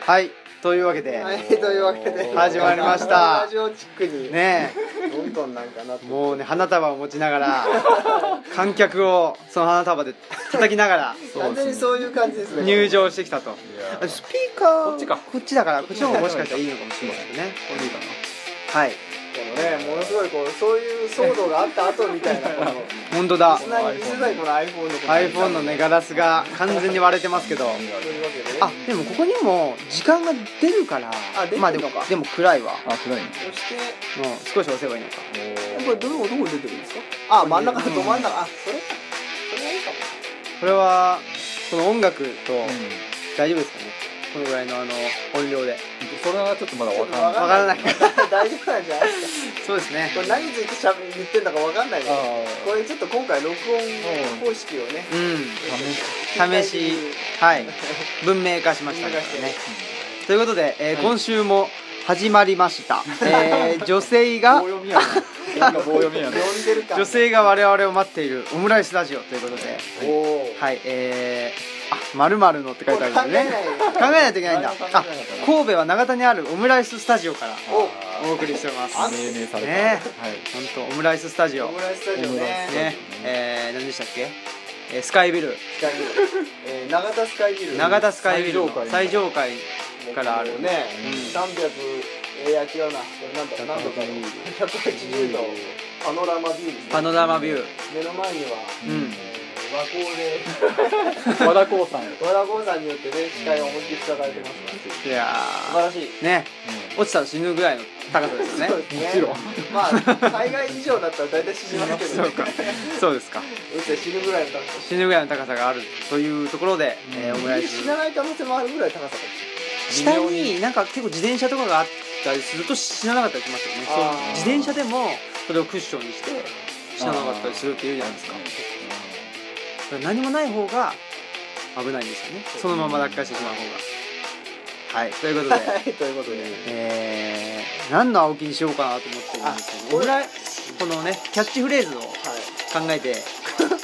はいというわけで、はい、というわけで始まりましたラジオチックにねどんどんなんかなってえもうね花束を持ちなが ら観客をその花束で叩きなが ら完全にそういう感じですね入場してきたとやスピーカーこっちかこっちだからこっちの方がもしかしたらいいのかもしれないですねこれでいいかなはいこのねものすごいこうそういう騒動があった後みたいなこの本当だリスナーに見せたいこの iPhone のこの iPhone のねガラスが完全に割れてますけどというわけでねあでもここにも時間が出るからあ出てんのまかあでもでも暗いわもあ暗いねそしてう少し押せばいいのかこれどこどこに出てるんですかあ真ん中ど真ん中あそれそれがいいかもこれはこの音楽とうん大丈夫ですかねこのぐらいのあの音量でそれはちょっとまだわかんないわからない 大丈夫なんじゃないですそうですねかこれ何についてしゃべ言ってんだかわかんないねこれちょっと今回録音方式をねううんん試しはい文明化しましたね文明化してねということで、えー今週も始まりま した、えー女性が棒読みやねなんか棒読みや呼んねでる か女性が我々を待っているオムライスラジオということでおおはいえー、あまるまるのって書いてあるんだよねもう考えないといけないんだ考えないあ神戸は長田にあるオムライススタジオからお送りしておりますあー本命名されたねはい当オムライススタジオオムライススタジオねねえー、何でしたっけ、えースカイビルスカイビルえー長田スカイビル長田スカイビルの最最上上階階からあるねうん300えー、違うななんだなんとか180度パノラマビューですねパノラマビュー目の前には、うんえー和光で 和田光さん和田剛さんによってね視界を思いっきり塞がれてますからいや素晴らしいーね落ちたら死ぬぐらいの高さですよねそ うですねもちろんまあ海外以上だったら大体死にますけ どそうねかそうですかうちは死ぬぐらいの高さ死ぬぐらいの高さがあるというところで、えーオムライス死なない可能性もあるぐらい高さかもし下になんか結構自転車とかがあったりすると死ななかったりしますよねそうあー自転車でもそれをクッションにして死ななかったりするっていうじゃないですかだから何もない方が危ないんですよねそのまま落下してしまう方がはいということれでない はいということで えー、何の青木にしようかなと思ってるんですけどあオムライこのねキャッチフレーズを考はえてい、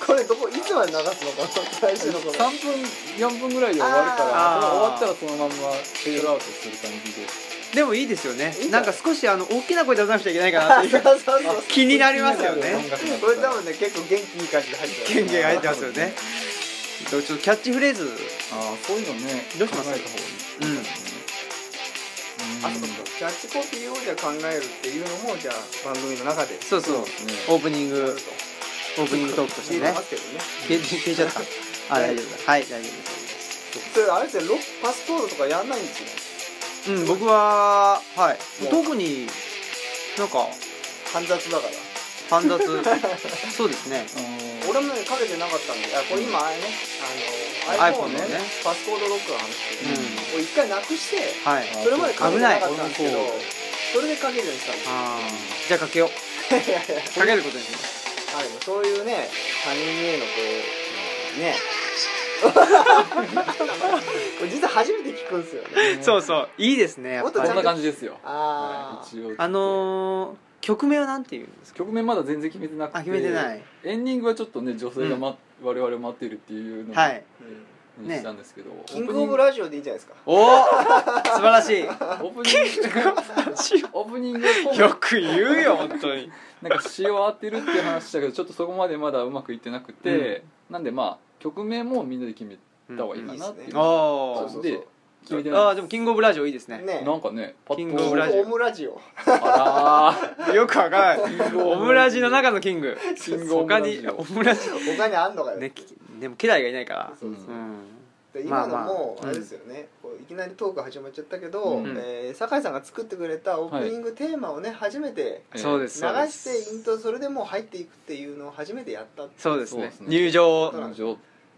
これどこいつまで流すのかな最初のこ の三分四分ぐらいで終わるかあーらその終わったらそのまんまフェードアウトする感じででもいいですよねいいんじなゃんないか少しあの大きな声出さなくちゃいけないかなっていう そうそうそう気になりますよねこれ多分ね結構元気いい感じで入ってます権限が入ってますよねちょっとキャッチフレーズああそういうのねどうします考えた方がいいうんあそうかキャッチコピーをじゃあ考えるっていうのもじゃあ番組の中でそうそうオープニングオープニングトークとして入れねますけどね消え消えちゃったあ大丈夫だはい大丈夫ですそれあれですねロッパスコードとかやんないんですようん僕ははいもう特になんか煩雑だから煩雑そうですね俺もねかけてなかったんであこれ今あれねあの iPhone iPhone ののねねパスコードロックの話してうんこれ一回なくしてはいそれまでかけてなかったんですけど危ないそれでかけるようにしたんですよあーじゃあかけよいやいやうかけることにしますあでもそういうね他人へのこ うねこれ実は初めて聞くんですよねそうそういいですねやっぱもこっんとなり感じですよあはい一応あのー曲名はなんていうんですか曲面まだ全然決めてなくてあ決めてないエンディングはちょっとね女性が、ま我々を待っているっていうのをはいにしたんですけど、オーキプンニグオブラジオでいいんじゃないですかおお 素晴らしいオープニングオープニングはよく言うよ本当になんか詞を当てるっていう話だけどちょっとそこまでまだうまくいってなくて、なんでまあ曲名もみんなで決めた方がいいかなっていう、うんおそーうそうで決めてあなーいでもキングオブラジオいいですねねなんかねパッとキンキグオブラジオオムラジオあらよくわかんないーオムラジの中のキングキングオブ他ラにジオオムラジお金あんのかよねきでも家来がいないからそううそんうでまあ今のまあもうんあれですよね、こういきなりトーク始まっちゃったけど、うんえー酒井さんが作ってくれたオープニングテーマをね初めてそうで流すそうでしすてイントロそれでもう入っていくっていうのを初めてやったってそうですそうねですね入場そう入場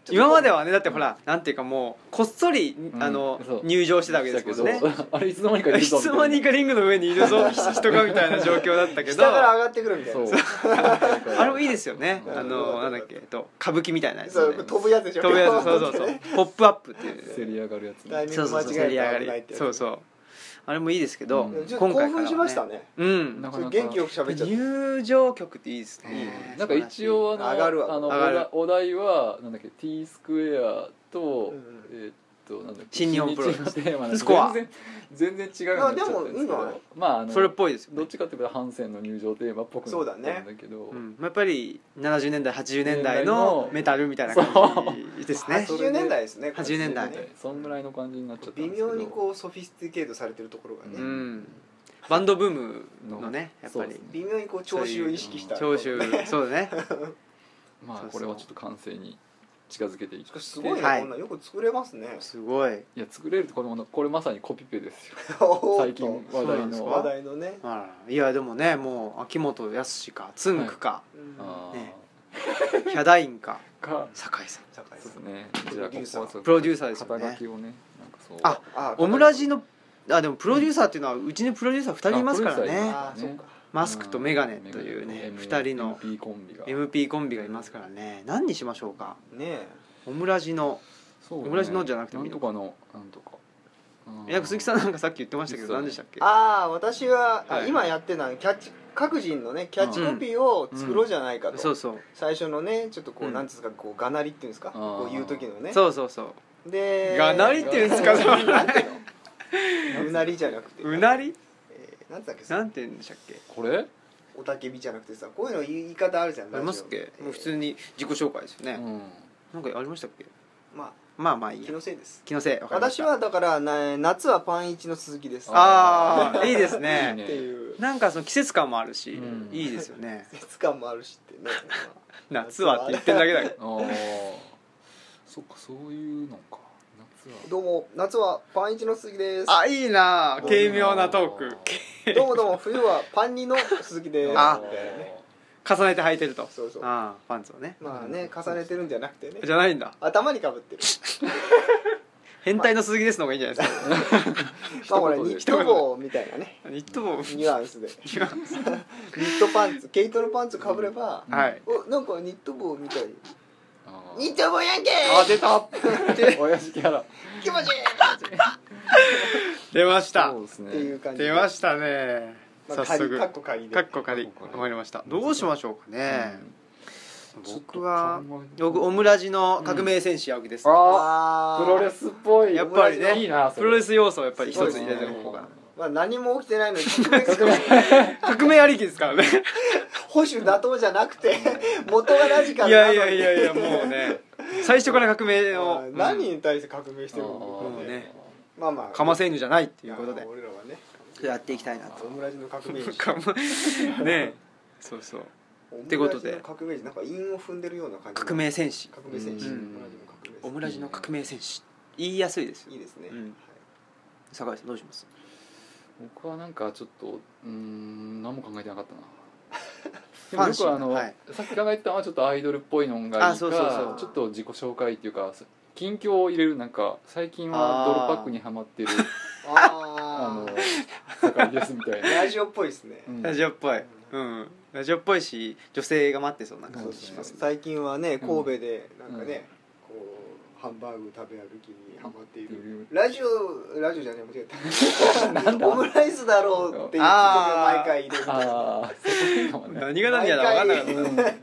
今まではねだってほらなんていうかもうこっそりあのそう入場してたわけですもんねそうそうあれいつの間にかいいるぞみつたのいな間にかリングの上にいるぞ人がみたいな状況だったけど下から上がってくるみたいそうな あれもいいいですよねうんあのなんだっけえっと歌舞伎みたいなやつそうね飛ぶやつでしょ飛ぶやつそうそうそうポップアップっていうせり上がるやつねタイミンそうグそ間うそうせ違り上がえたら危ないりってやつそうそうあれもいいですけどうんちょっと今回興からは奮ねしましたねうんなちょっと元気よく喋っちゃっ入場曲っていいですいいねねなんか一応あの上がるわあのお上がる題お題はなんだっけ T スクエアと、うんうんえーとなんだっけ新日本プロレス新日のテーマなんでスコア全然全然違うのになっちゃったんですけあでもいいどまああのそれっぽいですよねどっちかっていうとハンセンの入場テーマっぽくなったんだけどうん、やっぱり70年代80年代のメタルみたいなそ感じですねそう 80年代ですねこれ80年代ねそんぐらいの感じになっちゃったん微ですけど妙にこうソフィスティケートされてるところがうね、んバンドブームのねやっぱそうり微妙にこう聴衆を意識した長州そうだねそまあうそうこれはちょっと完成に近づけていきしかしすごいね、はいこんなんよく作れますねすごいいや作れるってこれもこれまさにコピペですよ最最近そ話題う話の題のね、あらいやでもねもう秋元康かつんくか、うんあねーヒャダインかが酒井さん酒井そさうですんねプじゃロあこデューサーこはそうプロデューサーですよね肩書きをねなんかそうああオムラジのあでもプロデューサーっていうのはうちにプロデューサー2人いますからあプロデューサーいねまあーそうかマスクとメガネというねん2人の MP コンビが MP コンビがいますからね何にしましょうかねオムラジのそうオムラジのじゃなくてもいないのんとかのなんとかうんいや鈴木さんなんかさっき言ってましたけど何でしたっえけああ私は、あはい今やってるのはキャッチ各人のねキャッチコピーを作ろうじゃないかと、そうそう最初のねちょっとこう、うんなんつうかこうがなりっていうんですかあーこう言う時のねそうそうそううでがなりっていうんですかそれなんて いうのうなりじゃなくてうなりえーなんつうんだっけさなんて言うんでしたっけこれおたけびじゃなくてさこういうの言い方あるじゃんありますっラジけオもう普通に自己紹介ですようねんなんかありましたっけままあまああいい気やのせいです気のせいわかりまし私たはだからな夏はパンイチの鈴木ですあああいいですいいねねっていうなんかその季節感もあるし、うんいいですよ ね節感もあるしって ね夏はって言ってるだけだけどああ そっかそういうのか夏はどうも夏はパンイチの鈴木ですあいいなあ軽妙なトークどうもどうも冬はパンニの鈴木ですあみたいなね重ねて履いてるとそうそうああパンツをねまあね重ねてるんじゃなくてねじゃないんだ頭にかぶってる変態の鈴木ですの方がいいんじゃないですかまあこれ一言でニット帽みたいなねニット帽ニュアンスでニットパンツ毛糸のパンツかぶればうんはいおなんかニット帽みたいあーニット帽やんけあ出た 親父キャラ気持ちいい出ましたそうですねっていう感じで出ましたねまあ早仮速かっこ仮でかっこ仮終わりましたどうしましょうかね僕は僕オムラジの革命戦士青木ですあああープロレスっぽいやっぱりねいいなプロレスス要素をやっぱり一つ入れておこうかまあ何も起きてないのに特別な革命ありきですからね保守妥当じゃなくて元がラジカいルなのやにいやいやいやもうね最初から革命あをー何に対して革命してるうのんもうねまあまあかませ犬じゃないってということで俺らはねやっていきたいなオムラジの革 命児かま ねえそうそうてことでオムラジの革命児なんか韻を踏んでるような感じ革命戦士革命戦士うんオムラジの革命オム戦ラジの革命戦士言いやすいですよ士いいですねうん酒井さんどうします僕はなんかちょっとうーん何も考えてな かったなフでァもンシ僕ーなはあの、はいさっき考えてたのはちょっとアイドルっぽいのがいいかあそうそうそうちょっと自己紹介っていうか近況を入れるなんか最近はあドールパックにはまってるああの盛りですみたい あな、ラジオっぽいですねうんラジオっぽいうんラジオっぽいし女性が待ってそうなうん感そうじししまますすね最近はね神戸でなんかねこうハンバーグ食べ歩きにハマっているラジオラジオじゃねえ間違えたオムライスだろうっていうあー毎回入れるああそういうのもね何が何やら分かんなかっ毎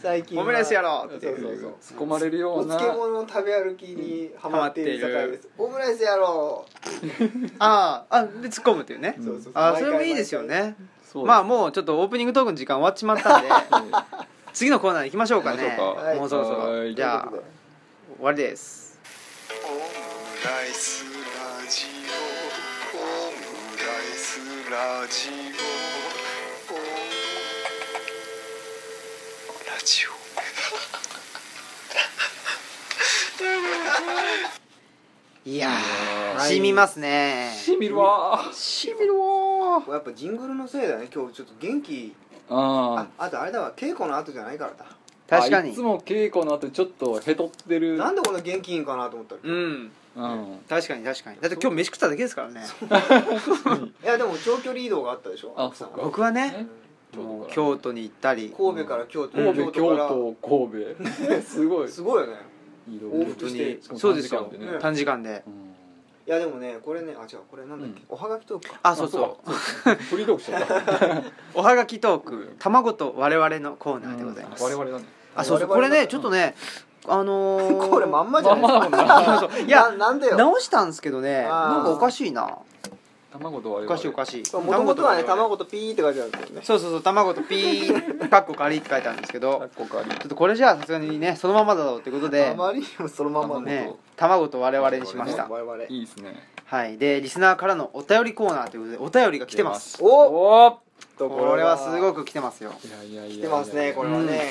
最近たはオムライスやろうってそいうそううそう突っ込まれるよおうな漬物の食べ歩きにハマっている居酒屋ですオムライスやろうあああで突っ込むっていうねうんそうそうあー毎そ回れもいいですよねそうまあもうちょっとオープニングトークの時間終わっちまったんでうん次のコーナー行きましょうか行ねきましょうかはいもうそろそはろいじ毎ゃあ回毎回終わりですオムライスラジオオムライスラジオオムラジオいやーはい染みますねしみるわー染みるわやっぱジングルのせいだね今日ちょっと元気あああとあれだわ稽古の後じゃないからだー確かあいにつも稽古の後ちょっとへとってるなんでこんな元気いいんかなと思ったらうんうん確かに確かにだって今日飯食っただけですからねいやでも長距離移動があったでしょあ青木さんそっか僕はねねもう京都に行ったり神戸から京都、神京戸都から京都 神戸すごいすごいよね移動往本復当しにてしかもそうですよ短時間でね短時間でうんいやでもねこれねあ違うこれなんだっけ、うんおはがきトークかあそうそうあそう かフリートークしちゃったおはがきトーク卵と我々のコーナーでございます我々だねあそうそうこ我々れのねちょっとねあの ーこれまんまじゃないまんまだもんなそうい いややなんでよ直したんですけどねあーなんかおかしいな卵と割おればかしいおかしいもともとはね卵と卵とピーって書いてあるんだよねそうそうそう卵とピーカッコ仮って書いてあるんですけ かどっこかりちょっとこれじゃあさすがにねそのままだろうってことあでまりにもそのままりね卵と我々にしまましした我々いいですねはいでリスナーからのお便りコーナーということでお便りが来てますおっおおとこれはすごくく来てますよいやいやいや来てますねこれはね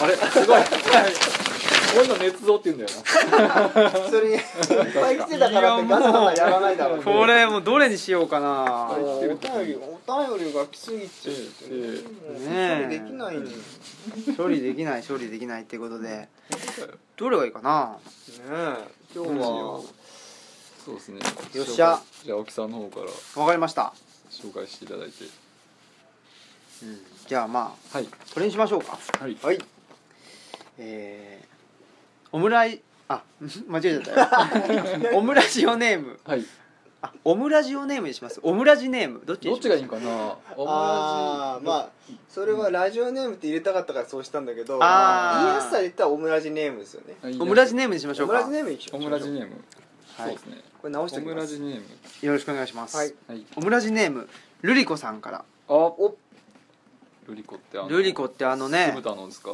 あれすごいこういうの捏造って言うんだよ普通にいっぱい来てたからってガサガサやらないだろうねこれもうどれにしようかお な便りお便りが来すぎてええねできないねね処理できない処理できないってことでどれがいいかなえ今日はなそうですねよっしゃじゃあ青木さんの方からわかりました紹介していただいてじゃあまあはいこれにしましょうかはいはいえー、オムライあ 間違えちゃった よオムラジオネームはいあオムラジオネームにしますオムラジネームどっちどにっしちがいいんかなあーまああそれはラジオネームって入れたかったからそうしたんだけど言いあーやすさで言ったらオムラジネームですよねオムラジネネームにしましょオうムかラジネームいきまオしょうムラジネームそうはいですねこれ直してオおきムまラすジネームよろしくお願いします、はいはいオムラジネームルリコさんからあおルリコってあのルリコってあのね酢豚のです か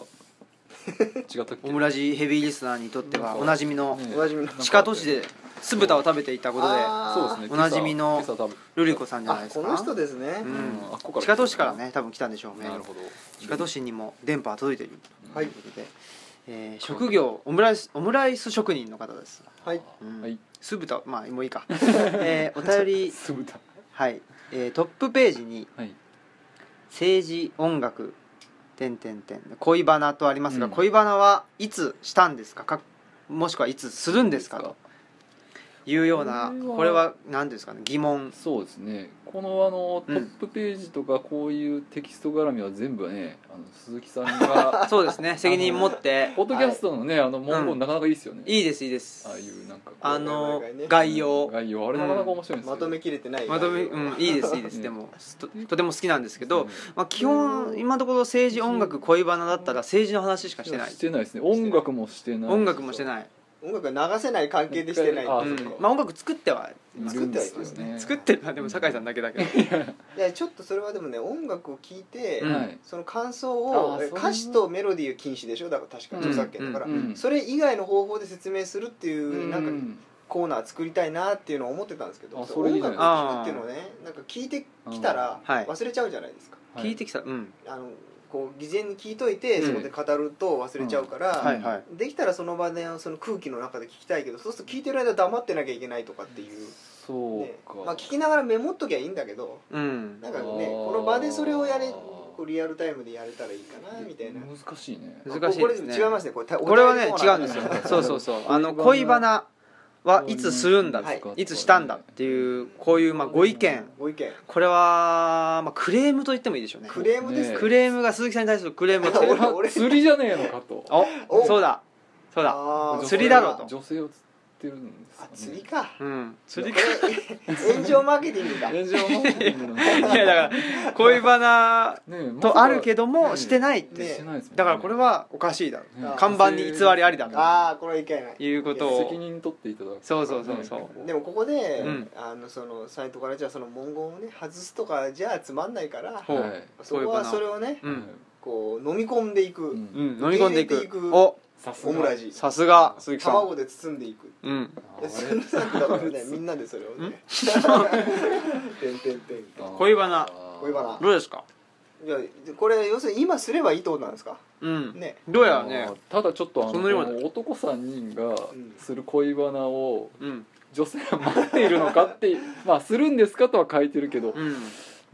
違ったっオけムラジヘビーリスナーにとってはおなじみのねおなじみの地下都市で酢豚を食べていたことであーそうですねおなじみの今朝今朝食べルリコさんじゃないあですこかの人ですねうんうんあここから地下都市からね多分来たんでしょうねなるほど地下都市にも電波は届いているはいということで、えー職業オムライスオムライス職人の方です、はいうんはい酢豚まあもういいか、えーお便り酢豚はい、えートップページにはい「政治音楽点点点恋バナ」とありますが、うん恋バナはいつしたんですかかもしくはいつするんですかというようなここれれはは何ですかね疑問そうですねこのあのうんトップページとかこういうテキスト絡みは全部ねあの鈴木さん がそうですね責任持ってポッドキャストのねあの文言なかなかいいですよねいいですいいですああいうなんかこうあのね概要概要あれなかなか面白いんですまよとめきれてないまとめうんいいですいいですでもととても好きなんですけうどん、まあ、基本今のところ政治音楽恋バナだったら政治の話しかしてないしてないですね音楽もしてない音楽もしてない、音楽は流せない関係でしてないあうそんうかまあ、音楽作ってはいます作ってはいますね作ってるのはでも酒井さんだけだけどいやちょっとそれはでもね音楽を聴いてうんはいその感想あをーそう歌詞とメロディーは禁止でしょだから確かうんに著作権だかうらんそれ以外の方法で説明するっていうなうんかんコーナー作りたいなっていうのを思ってたんですけどあそのそれい音いね楽を聴くっていうのをねなんか聞いてきたらうんはい忘れちゃうじゃないですかはい聞いてきたうんあのこう事前に聞いといてうんそこで語ると忘れちゃうかはらいはいできたらその場でその空気の中で聞きたいけどそうすると聞いてる間黙ってなきゃいけないとかっていうそうねか、まあ聞きながらメモっときゃいいんだけどうんなんかねこあーの場でそれをやれこうリアルタイムでやれたらいいかなみたいな難しいね難しいですねこれ違いますねこれこれはね違うんですよよそうそうそうあの恋恋ババナはいつするんだ、、はいつしたんだっていうこういうまあご意見ご意見これは、まあ、クレームと言ってもいいでしょうねクレームですねねクレームが鈴木さんに対するクレームが来て俺るあ釣りじゃねえのかとおおそうだそうだあー釣りだろうと女性を釣ってるんですか、あね、釣りかうん釣りこれ炎上マーケティングだ炎上 のいやだから恋バナねえとあるけどもねしてないっまさかてねしてないですもんねだからこれはおかしいだろねあ看板に偽りありだとああこれはいけないいうことを責任取っていただくそうそうそうそうでもここで、うんあのそのサイトからじゃあその文言をね外すとかじゃあつまんないからほうはいそこはそれをねうん、こう飲み込んでいく、うんうん、飲み込んでい受くけ入れていくおさすがオムラジさすが鈴木さん卵で包んでいくうんあいやそれんなんだからねみんなでそれを ね「てんてんてん」あー恋バナ恋バナどうですかいやこれ要するに今すればいいってことなんですかうんねどうやらねあーただちょっとあのそのようなこの男3人がする恋バナをうん女性は待っているのかって まあするんですかとは書いてるけどうん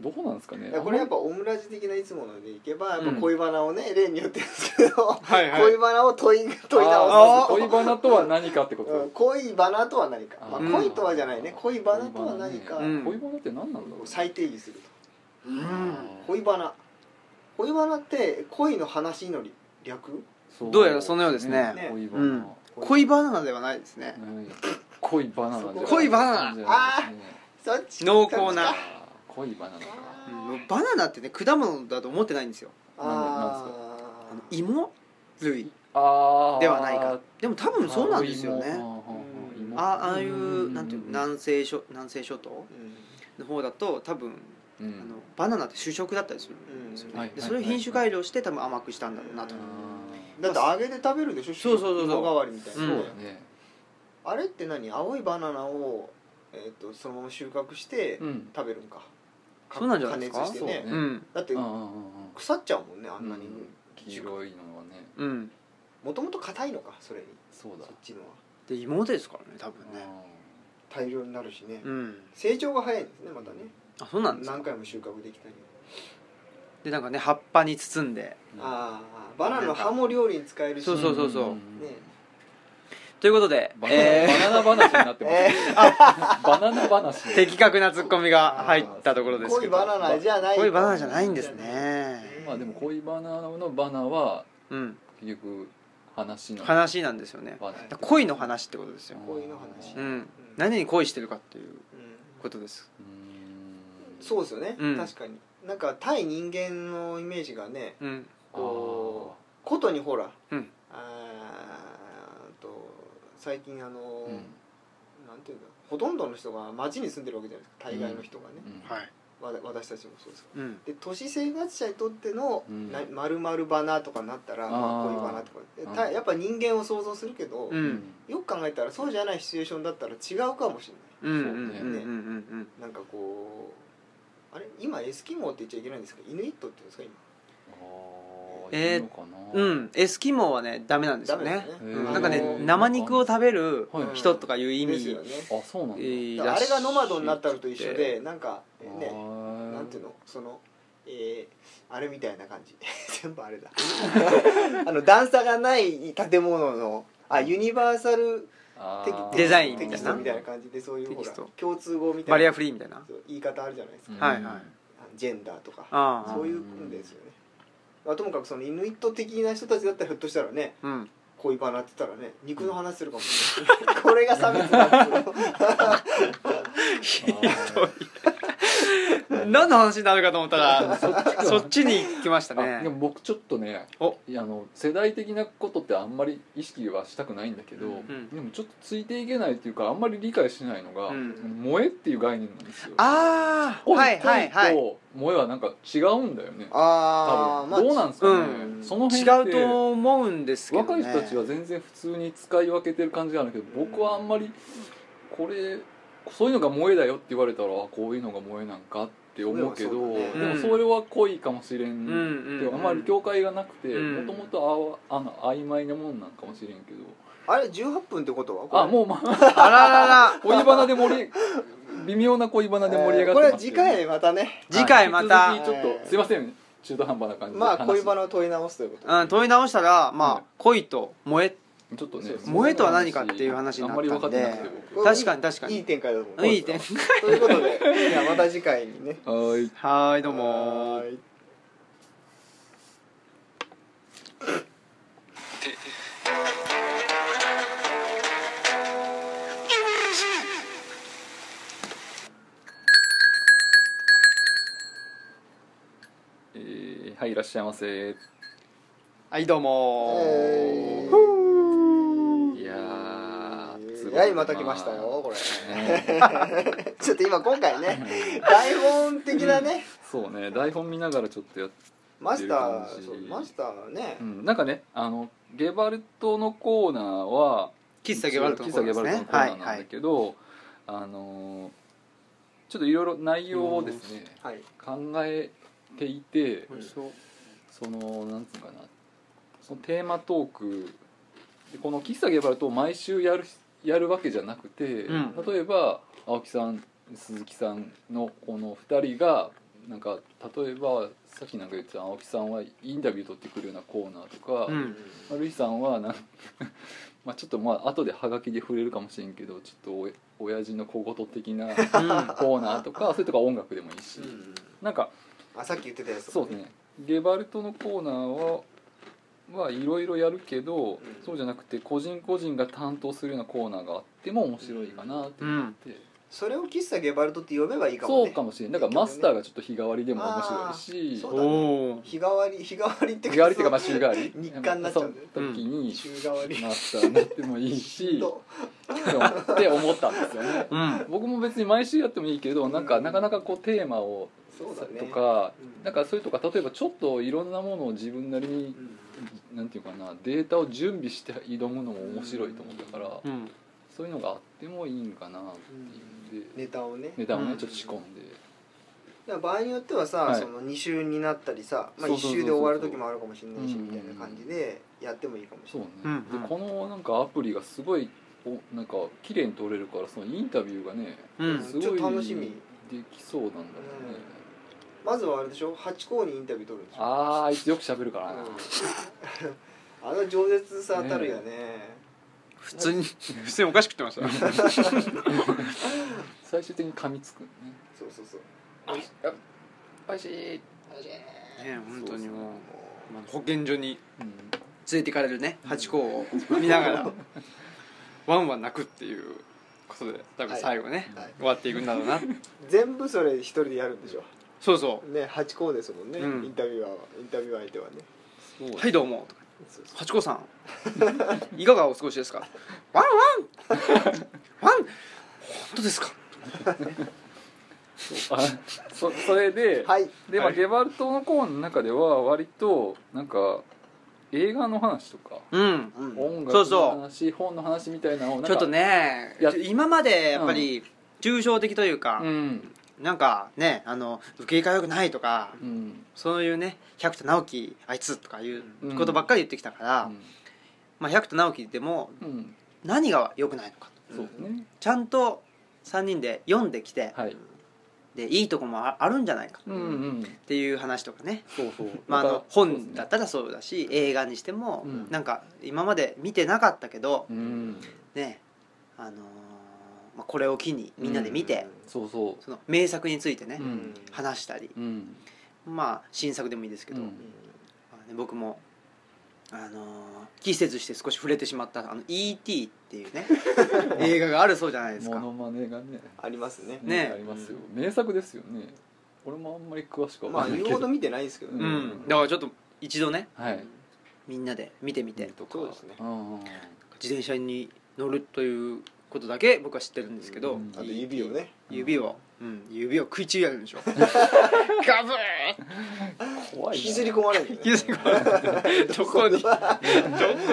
どうなんですかねいやこれやっぱオムラジ的ないつものでいけばやっぱうん恋バナをね例によってですけどはいはい 恋バナを問い問いあ直ー恋バナとは何かってこすうんと恋バナとは何かまあうん恋とはじゃないね恋バナとは何かうん恋バナって何なんだろう再定義するとうん恋バナ恋バナって恋の話の略そどうやらそのようですねね恋バうナ、ん恋バナナではないですねね恋バナなんじゃない恋バナナなんじゃないですそねっち濃厚なああー恋バナナかうんバナナってね果物だと思ってないんですよあー芋類あーではないかでも多分そうなんですよねうんあああいうんうなんていうの南西諸南西諸島の方だと多分、うんあのバナナって主食だったりするんですよね、うんはいでそれを品種改良して多分甘くしたんだろうなと、うんあだって揚げて食べるでしょそうそうそうそうおかわりみたいな、うんーねあれって何青いバナナを、えー、とそのまま収穫してうん食べるんか,か、そうなんじゃないですか加熱してねそうねうんだってうんうんうん腐っちゃうもんねあんなにうん黄色いのはねうんもともと硬いのかそれにそうそだっちのはで妹ですからね多分ね大量になるしね、うん成長が早いんですねまたねあそうなんですか何回も収穫できたり、でなんかね葉っぱに包んでああバナナの葉も料理に使えるしそうそうそうそうねということで、バナえナバナ話になってえます バナナ話ー、的確なツッコミが入ったところです濃けいどバナナじゃない濃いバナナじゃないんですねまあでも恋バナのバナはうん結局話の話なんですよねバだナから恋の話ってことですよ恋の話、ううんん何に恋してるかっていうことですうんそうですよね、うん確かになんか対人間のイメージがねうんこうことにほら、うんあーと最近あの、うんうんなんていうんだほとんどの人が町に住んでるわけじゃないですか大概の人がね、はいわ私たちもそうですけどうんで都市生活者にとってのうんなまるまるバナとかになったら、まあ、あーこういうバナとかでうんたやっぱ人間を想像するけど、うんよく考えたらそうじゃないシチュエーションだったら違うかもしれうんうんうんうそうねんうんうんないなんかこうあれ今エスキモーって言っちゃいけないんですかイヌイットって言うんですか今えーえうんうんエスキモーはねダメなんですよダメねだよねうんなんかあねのー生肉を食べるはい人とかいう意です味よねあそうなんだいいだかららあしいれがノマドになったのと一緒でなんかねななんていうのそのえーあれみたいな感じ 全部あれだあの段差がない建物のあユニバーサルテキデザインみたいなテキストみたいな感じでそういうほらテキスト共通語みたいなバリアフリーみたいなそう言い方あるじゃないですか、はいはいジェンダーとかああそういうことですよね、まあ、ともかくそのイヌイット的な人たちだったらひょっとしたらねうん 恋バナって言ったらね肉の話するかもしれないこれが差別だっていう何の話になるかと思ったら そっちに行きましたあでもね僕ちょっとねおいやあの世代的なことってあんまり意識はしたくないんだけど、んでもちょっとついていけないっていうかあんまり理解しないのが、うん萌えっていう概念なんですよああ恋はいはいはい恋と萌えはなんか違うんだよね あ多ー分どうなんですかね、うんその辺違ってうと思うんですけど若ねい人たちは全然普通に使い分けてる感じなんだけど僕はあんまりこれそういうのが萌えだよって言われたらあこういうのが萌えなんかって思うけどそうだねでもそれは恋かもしれん、うんうんでうもんあまり境界がなくてうんもともとあの曖昧なもんなんかもしれんけどあれ18分ってことはこれあもうまああららら恋バナで盛り微妙な恋バナで盛り上がってこれはます次けどね、回またね次回またはい引き続きちょっとすいません中途半端な感じでま話すあ恋バナを問い直すということうん問い直したらはまあい恋と萌えちょっとねそうそう萌えとは何かっていう話になったんであんまり分かってなくて僕確かに確かいいに展開だと思ういい展開ということで じゃあまた次回にねはーいはーいどうもはーいえーはいいらっしゃいませはいどうもえいやーーはいまた来ましたよこれ ちょっと今今回ね台本的なねそうね台本見ながらちょっとやっ、マスタっーていうそ感うじマスターねうん、なんかねあのゲバルトのコーナーは喫茶ゲバルトの喫コ茶ーナゲーバルですトのねコはいーナーなはんだいけど、あのーちょっといろいろ内容をですねはい考えていて美味しそうそのなんつうのかなそのテーマトークでこの喫茶ゲバルトを毎週やるやるわけじゃなくて、うん例えば青木さん鈴木さんのこの2人がなんか例えばさっきなんか言ってた青木さんはインタビュー取ってくるようなコーナーとか、うまんあ、ルイさんはなん まあちょっとまあ後でハガキで触れるかもしれんけどちょっとお親父の小言的なうんコーナー とかそれとか音楽でもいいし、うんなんかあさっき言ってたやつそうですねゲバルトのコーナーははいろいろやるけど、そうじゃなくて個人個人が担当するようなコーナーがあっても面白いかなって思って、それを喫茶ゲバルトって呼べばいいかもそねうかもしれないだからマスターがちょっと日替わりでも面白いしあーそうだねお日替わり日替わりって日替わりっていうかまあ週替わり 日課になっちゃうんだよねその時に週替わりマスターになってもいい しとって思ったんですよねうんうん僕も別に毎週やってもいいけどなんかなかなかこうテーマをそうだねとかうんなんかそういうとか例えばちょっといろんなものを自分なりにうんなんていうかなデータを準備して挑むのも面白いと思ったからうんそういうのがあってもいいんかなっていうんでネタをね値段をねちょっと仕込んでだから場合によってはさ、はいその2週になったりさ、まあ、そ1うそうそうそう週で終わる時もあるかもしれないしうんみたいな感じでやってもいいかもしそれうなねい、うんでこのなんかアプリがすごいおなんか綺麗に撮れるからそのインタビューがねうんすごちょっいと楽しみできそうなんだろうねまずはあれでしょ八公にインタビュー取るんでしょあーあいつよく喋るからうなんあの饒舌さたるよね普通に普通におかしくってました最終的に噛みつくねそうそうそうおいしおいしいね本当にもうもまあ保健所にうん連れていかれるねハチ公を見ながらワンワン泣くっていうことで多分最後ね、はい終わっていくんだろうなう全部それ一人でやるんでしょそうそね八公ですもんね、うんインタビュアーはインタビュアー相手はねそうう「だはいどうも」とかそうそハチ公さんいかがお過ごしですか?」「ワンワンワン本当ですか?」あそ それで、うはいでまあはいゲバルトのコーンの中では割となんか映画の話とかうんうん音楽そのうそう話本の話みたいなのをなんかちょっとねや今までやっぱり抽象的というか、うんなんかねあの受け入れがよくないとかうんそういうね百田直樹あいつとかいうことばっかり言ってきたから、うんまあ、百田直樹でもうん何が良くないのかそうですねちゃんと3人で読んできて、はいでいいとこもああるんじゃないかっうんうんていう話とかね、そうそうまあ、あだのから本だったらそうだし映画にしても、うんなんか今まで見てなかったけど、うんねあのーまあ、これを機にみんなで見て、そうそその名作についてね、ううんん話したりううんまあ新作でもいいですけど、うんまあね僕も。あのー、季節して少し触れてしまったあの E.T. っていう ね映画があるそうじゃないですモかノマネがねありますねねありますよ名作ですよね俺もあんまり詳しくはまあわかんな言いうけほどど見てないんですけどううんん、だからちょっと一度ねはいみんなで見てみてとかそうですねうんうんうん自転車に乗るということだけ僕は知ってるんですけど、うんあと指をね指を、うん、指を食いちぎられる んでしょガブ怖い引なきずり込まれるんだよねー引きずり込ま れるど こにどこ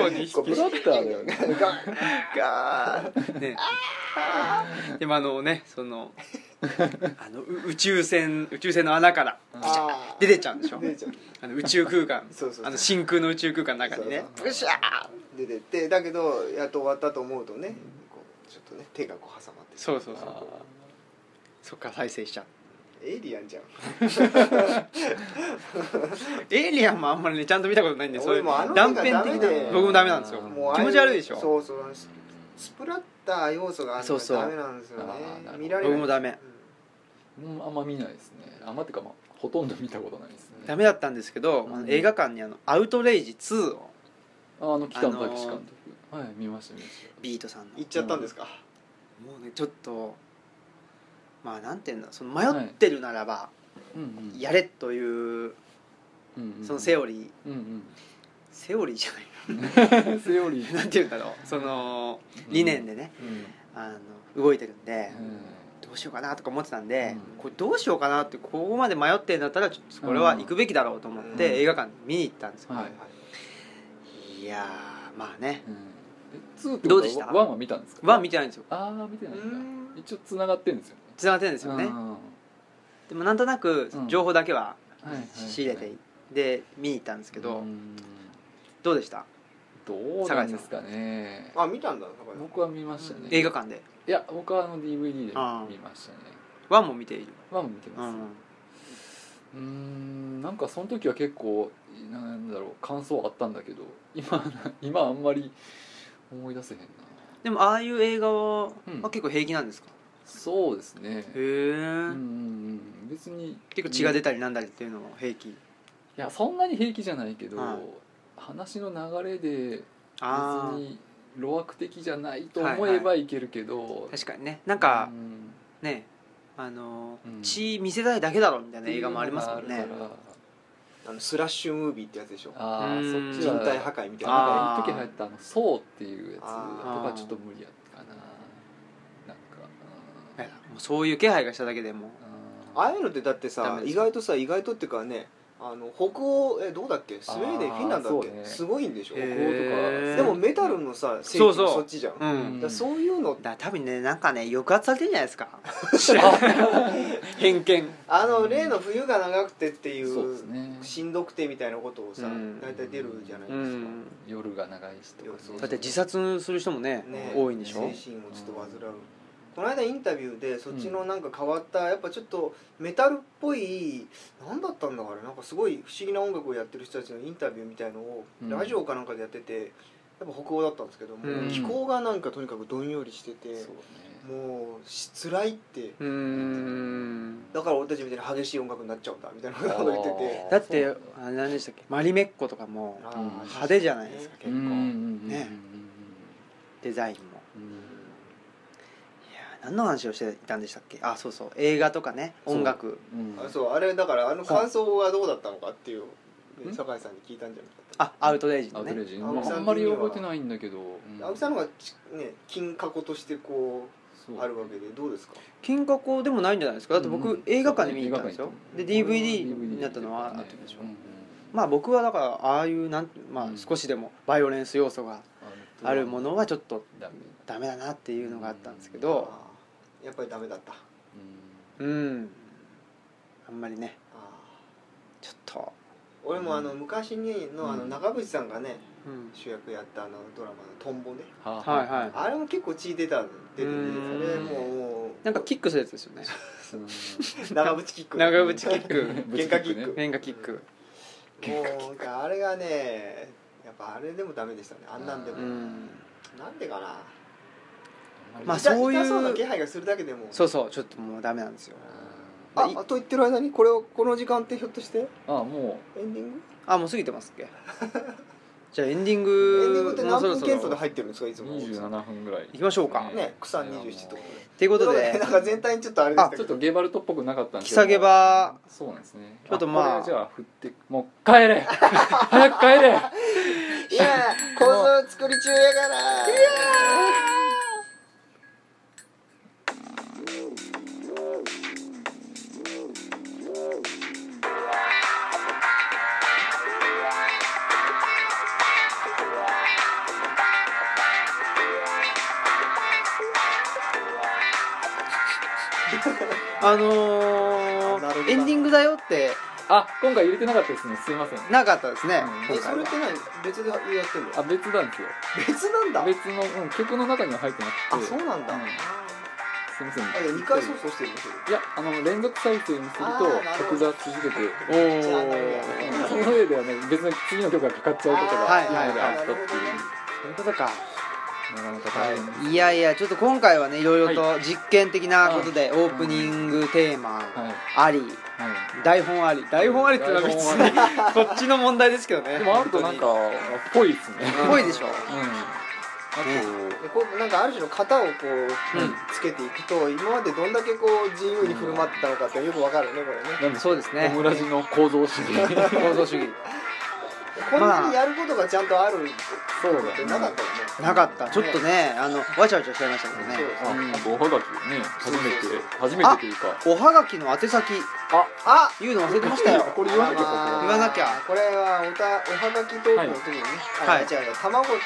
に引こうきブラッターだよねかねでもあのねそのあのう宇宙船宇宙船の穴からあー出てっちゃうんでしょ出てっちゃうあの宇宙空間そうそうあの真空の宇宙空間の中にねそうそう出てってだけどやっと終わったと思うとね、こうちょっとね手がこう挟まってそうそうそうあそっから再生しちゃうエイリアンじゃんエイリアンもあんまりねちゃんと見たことないんでそうい俺うもあの映画断片的ダメでな僕もダメなんですよもうああ気いう持ち悪いでしょそうそうススプラッター要素があるそのうがそうダメなんですよねあーなるほど見られない僕もダメーうんあんま見ないですねあんまってかまあほとんど見たことないですねダメだったんですけど、あの映画館にあの「アウトレイジ2」をああの北野武監督、はい見ました見ましビートさんの行っちゃったんですか、もうねちょっとまあなんていうんだその迷ってるならばたうんうんやれといううんうんそのセオリー、うんセオリーじゃない うんセオリーななんていうんだろうその理念でね、うんあの動いてるんで、うんどうしようかなとか思ってたんで、うんこれどうしようかなってここまで迷ってんだったらちょっとこれは行くべきだろうと思って、うん映画館に見に行ったんですよ、はいはいいやーまあねうんえツーってことはどうでしたワンは見たんですかは見てないんですよああ見てないうんだん一応繋がってんですよねつながってるんですよね、うんはでもなんとなくうん情報だけはいはい仕入れて、で見に行ったんですけど、うんどうでしたどうなんですかねあ見たんだ坂井さん僕は見ましたね映画館でいや僕はあの DVD であー見ましたねワンも見ている、ワンも見てうますん、うーんなんかその時は結構なんだろう感想あったんだけど今 今あんまり思い出せへんなでもああいう映画はうん結構平気なんですか、そうですねへえ、うんうんうん別に結構血が出いたりなんだりっていうのも平気、やそんなに平気じゃないけど、はい話の流れであ別に路悪的じゃないと思えばいけるけど、あ確かにねなんかうんねあのーうん血見せたいだけだろみたいな映画もありますもんっねていうのがあるあのスラッシュムービーってやつでしょからああうんそっち人は体破壊みたいなんなあーか一時流行ったあの「そう」っていうやつとあかーちょっと無理やったかななんかえもうそういう気配がしただけでもうんああいうのってだってダさメです意外とさ意外とっていうかねあの北欧えどうだっけスウェーデンあーフィンランドだっけ、そうねすごいんでしょへでーこうとかもメタルのさ聖地そもうそうそっちじゃんうだかん、うんらそういうのだから多分ねなんかね抑圧されてるんじゃないですか 偏見あの例の冬が長くてっていそうですうねしんどくてみたいなことをさうん大体出るじゃないでうすか、ん夜が長いしとかねそうだって自殺する人もねね多いんでしょ、精神をちょっと患う、この間インタビューでそっちのなんか変わった、やっぱちょっとメタルっぽい何だったんだあれなんかすごい不思議な音楽をやってる人たちのインタビューみたいのを、うんラジオかなんかでやっててやっぱ北欧だったんですけども、うん気候がなんかとにかくどんよりしててそうねもうし辛いってうーんだから俺たちみたいに激しい音楽になっちゃうんだみたいなことを言っててだってあれ何でしたっけマリメッコとかもあーうん派手じゃないですかう結んうんうん構うんねデザインもうんうんいやー何の話をしていたんでしたっけあそうそう映画とかね音楽うんあそうあれだからあの感想はどうだったのかっていううん酒井さんに聞いたんじゃなかったあアウトレイジアのウトレねイジ、青木まさんあ、あんまり覚えてないんだけど、うん青木さんの方がちね金過去としてこそううあるわけでどうですか金額でもないんじゃないですかだってう僕ん映画館で見に行ったんですよで DVD になったのは後でしょまあ僕はだからああいうなんまあうん少しでもバイオレンス要素があるものはちょっとダメダメだなっていうのがあったんですけどあーやっぱりダメだったううんあんまりねあちょっと、ー俺もあの昔にのあのうん長渕さんがねうん、主役やったあのドラマの「トンボね」んははいはいあれも結構血出た出ててうんそれもうもなんかキックするやつですよねうんう長渕キック長渕キッ ク喧嘩キック変化キックもうあれがねやっぱあれでもダメでしたねあんなんでうもんなんでかなまあ痛そういう痛そうな気配がするだけでもそうそうちょっともうダメなんですよあいあと言ってる間にこれをこの時間ってひょっとしてあもエンディングあもう過ぎてますっけじゃあエンディンエングディングってもう何そろ分そ検査ろで行入ってるんですかいうつも27分ぐらいきましょうかねね草27ってということでこということとででなんか全体にちょっとあれでしたけちょっどとゲバルトっぽくなかったんですキサゲバそうなんですねちょっとまあこれじゃあ振ってもう帰れ早く帰れいや構造作り中やからいやあのなるほー、どエンディングだよってあ今回入れてなかったですねすいませんなかったですね、うん今えそ回れっはて何別でやってんのあ別なんですよ別なんだ別の、うん、曲の中には入ってなあくてそうなんだうんあすいませんいや2回操作してるんですよいやあの連続再生にするあーとなるほ曲どが続けておじゃあーその上ではね別の次の曲がかかっちゃうことがはい今はいまであったっていうそういうことかなかなか大変ですいやいやちょっと今回はねいろいろと実験的なことでオープニングテーマはいありは台本あり台本ありってのは別台本にこっちの問題ですけどねいでもあるとなんかっぽいですねっぽいでしょうんあでこうなんかある種の型をこう、んつけていくと今までどんだけこう自由に振る舞ってたのかってよくわかるねこれねとなんでそうですオねムラジの構造主義 構造主義こんなにやることがちゃんとあるっそうだてねなかったよねなかったちょっとねあのわちゃわちゃしちゃいましたけどねそうああとおはがきね初そうそめうそうて初めてというかおはがきの宛先あ言うの忘れてましたよこれ言わなきゃここあらまあ言わなきゃこれはおたおはがきトークの時にね、はいあ違う違う卵う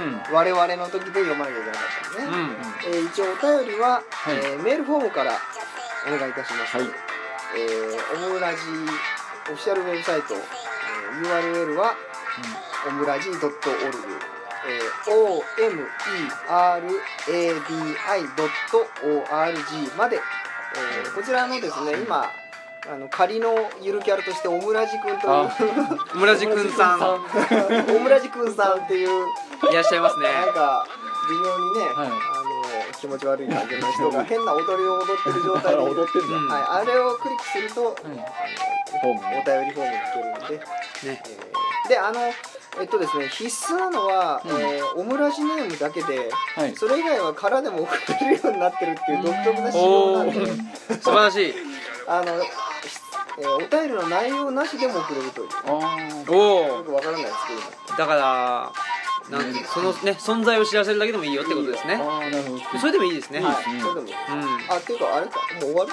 んうんと我々の時で読まなきゃいけなかったうのね、んえー一応お便りは、いえーメールフォームからお願いいたします、はいえーオムラジオフィシャルウェブサイト、えー URL はオムラジ .org、えー、omeradi.org まで、えーこちらのですね今あの仮のゆるキャラとしてオムラジくんあと村地くんさんいう オムラジくんさんっていういらっしゃいますねなんか微妙にね、はあいの気持ち悪い感じの人 が変な踊りを踊ってる状態で、踊ってんだうんはい、あれをクリックすると、んあのホームお便りフォームに行けるんで。ねえーであのえっとですね必須なのは、うんえーオムラジネームだけではいそれ以外は殻でも送れるようになってるっていう独特な仕様なんで素晴らしいあの、えーお便りの内容なしでも送れるというよあおおくわからないですだからなんてそのね存在を知らせるだけでもいいよってことですあねああなるほどそれでもいいですけねど、うはい、それでもんあっていうかあれかもう終わる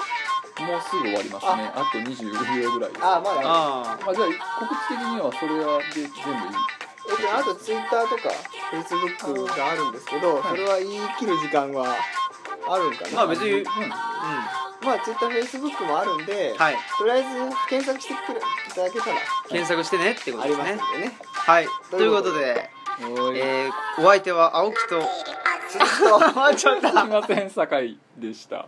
もうすぐ終わりますねあと25秒ぐらいですあまだあまあ、じゃあ告知的にはそれはで全部いいえっとあとツイッターとかフェイスブックがあるんですけどはいそれは言い切る時間はあるんかなまあ別にうんはあまあツイッターフェイスブックもあるんで、うんはいとりあえず検索してくれいただけ たら検索してねってこあとでりすますんねでねはいということでいえーお相手は青木とちょっとあちょっとすいません酒井でした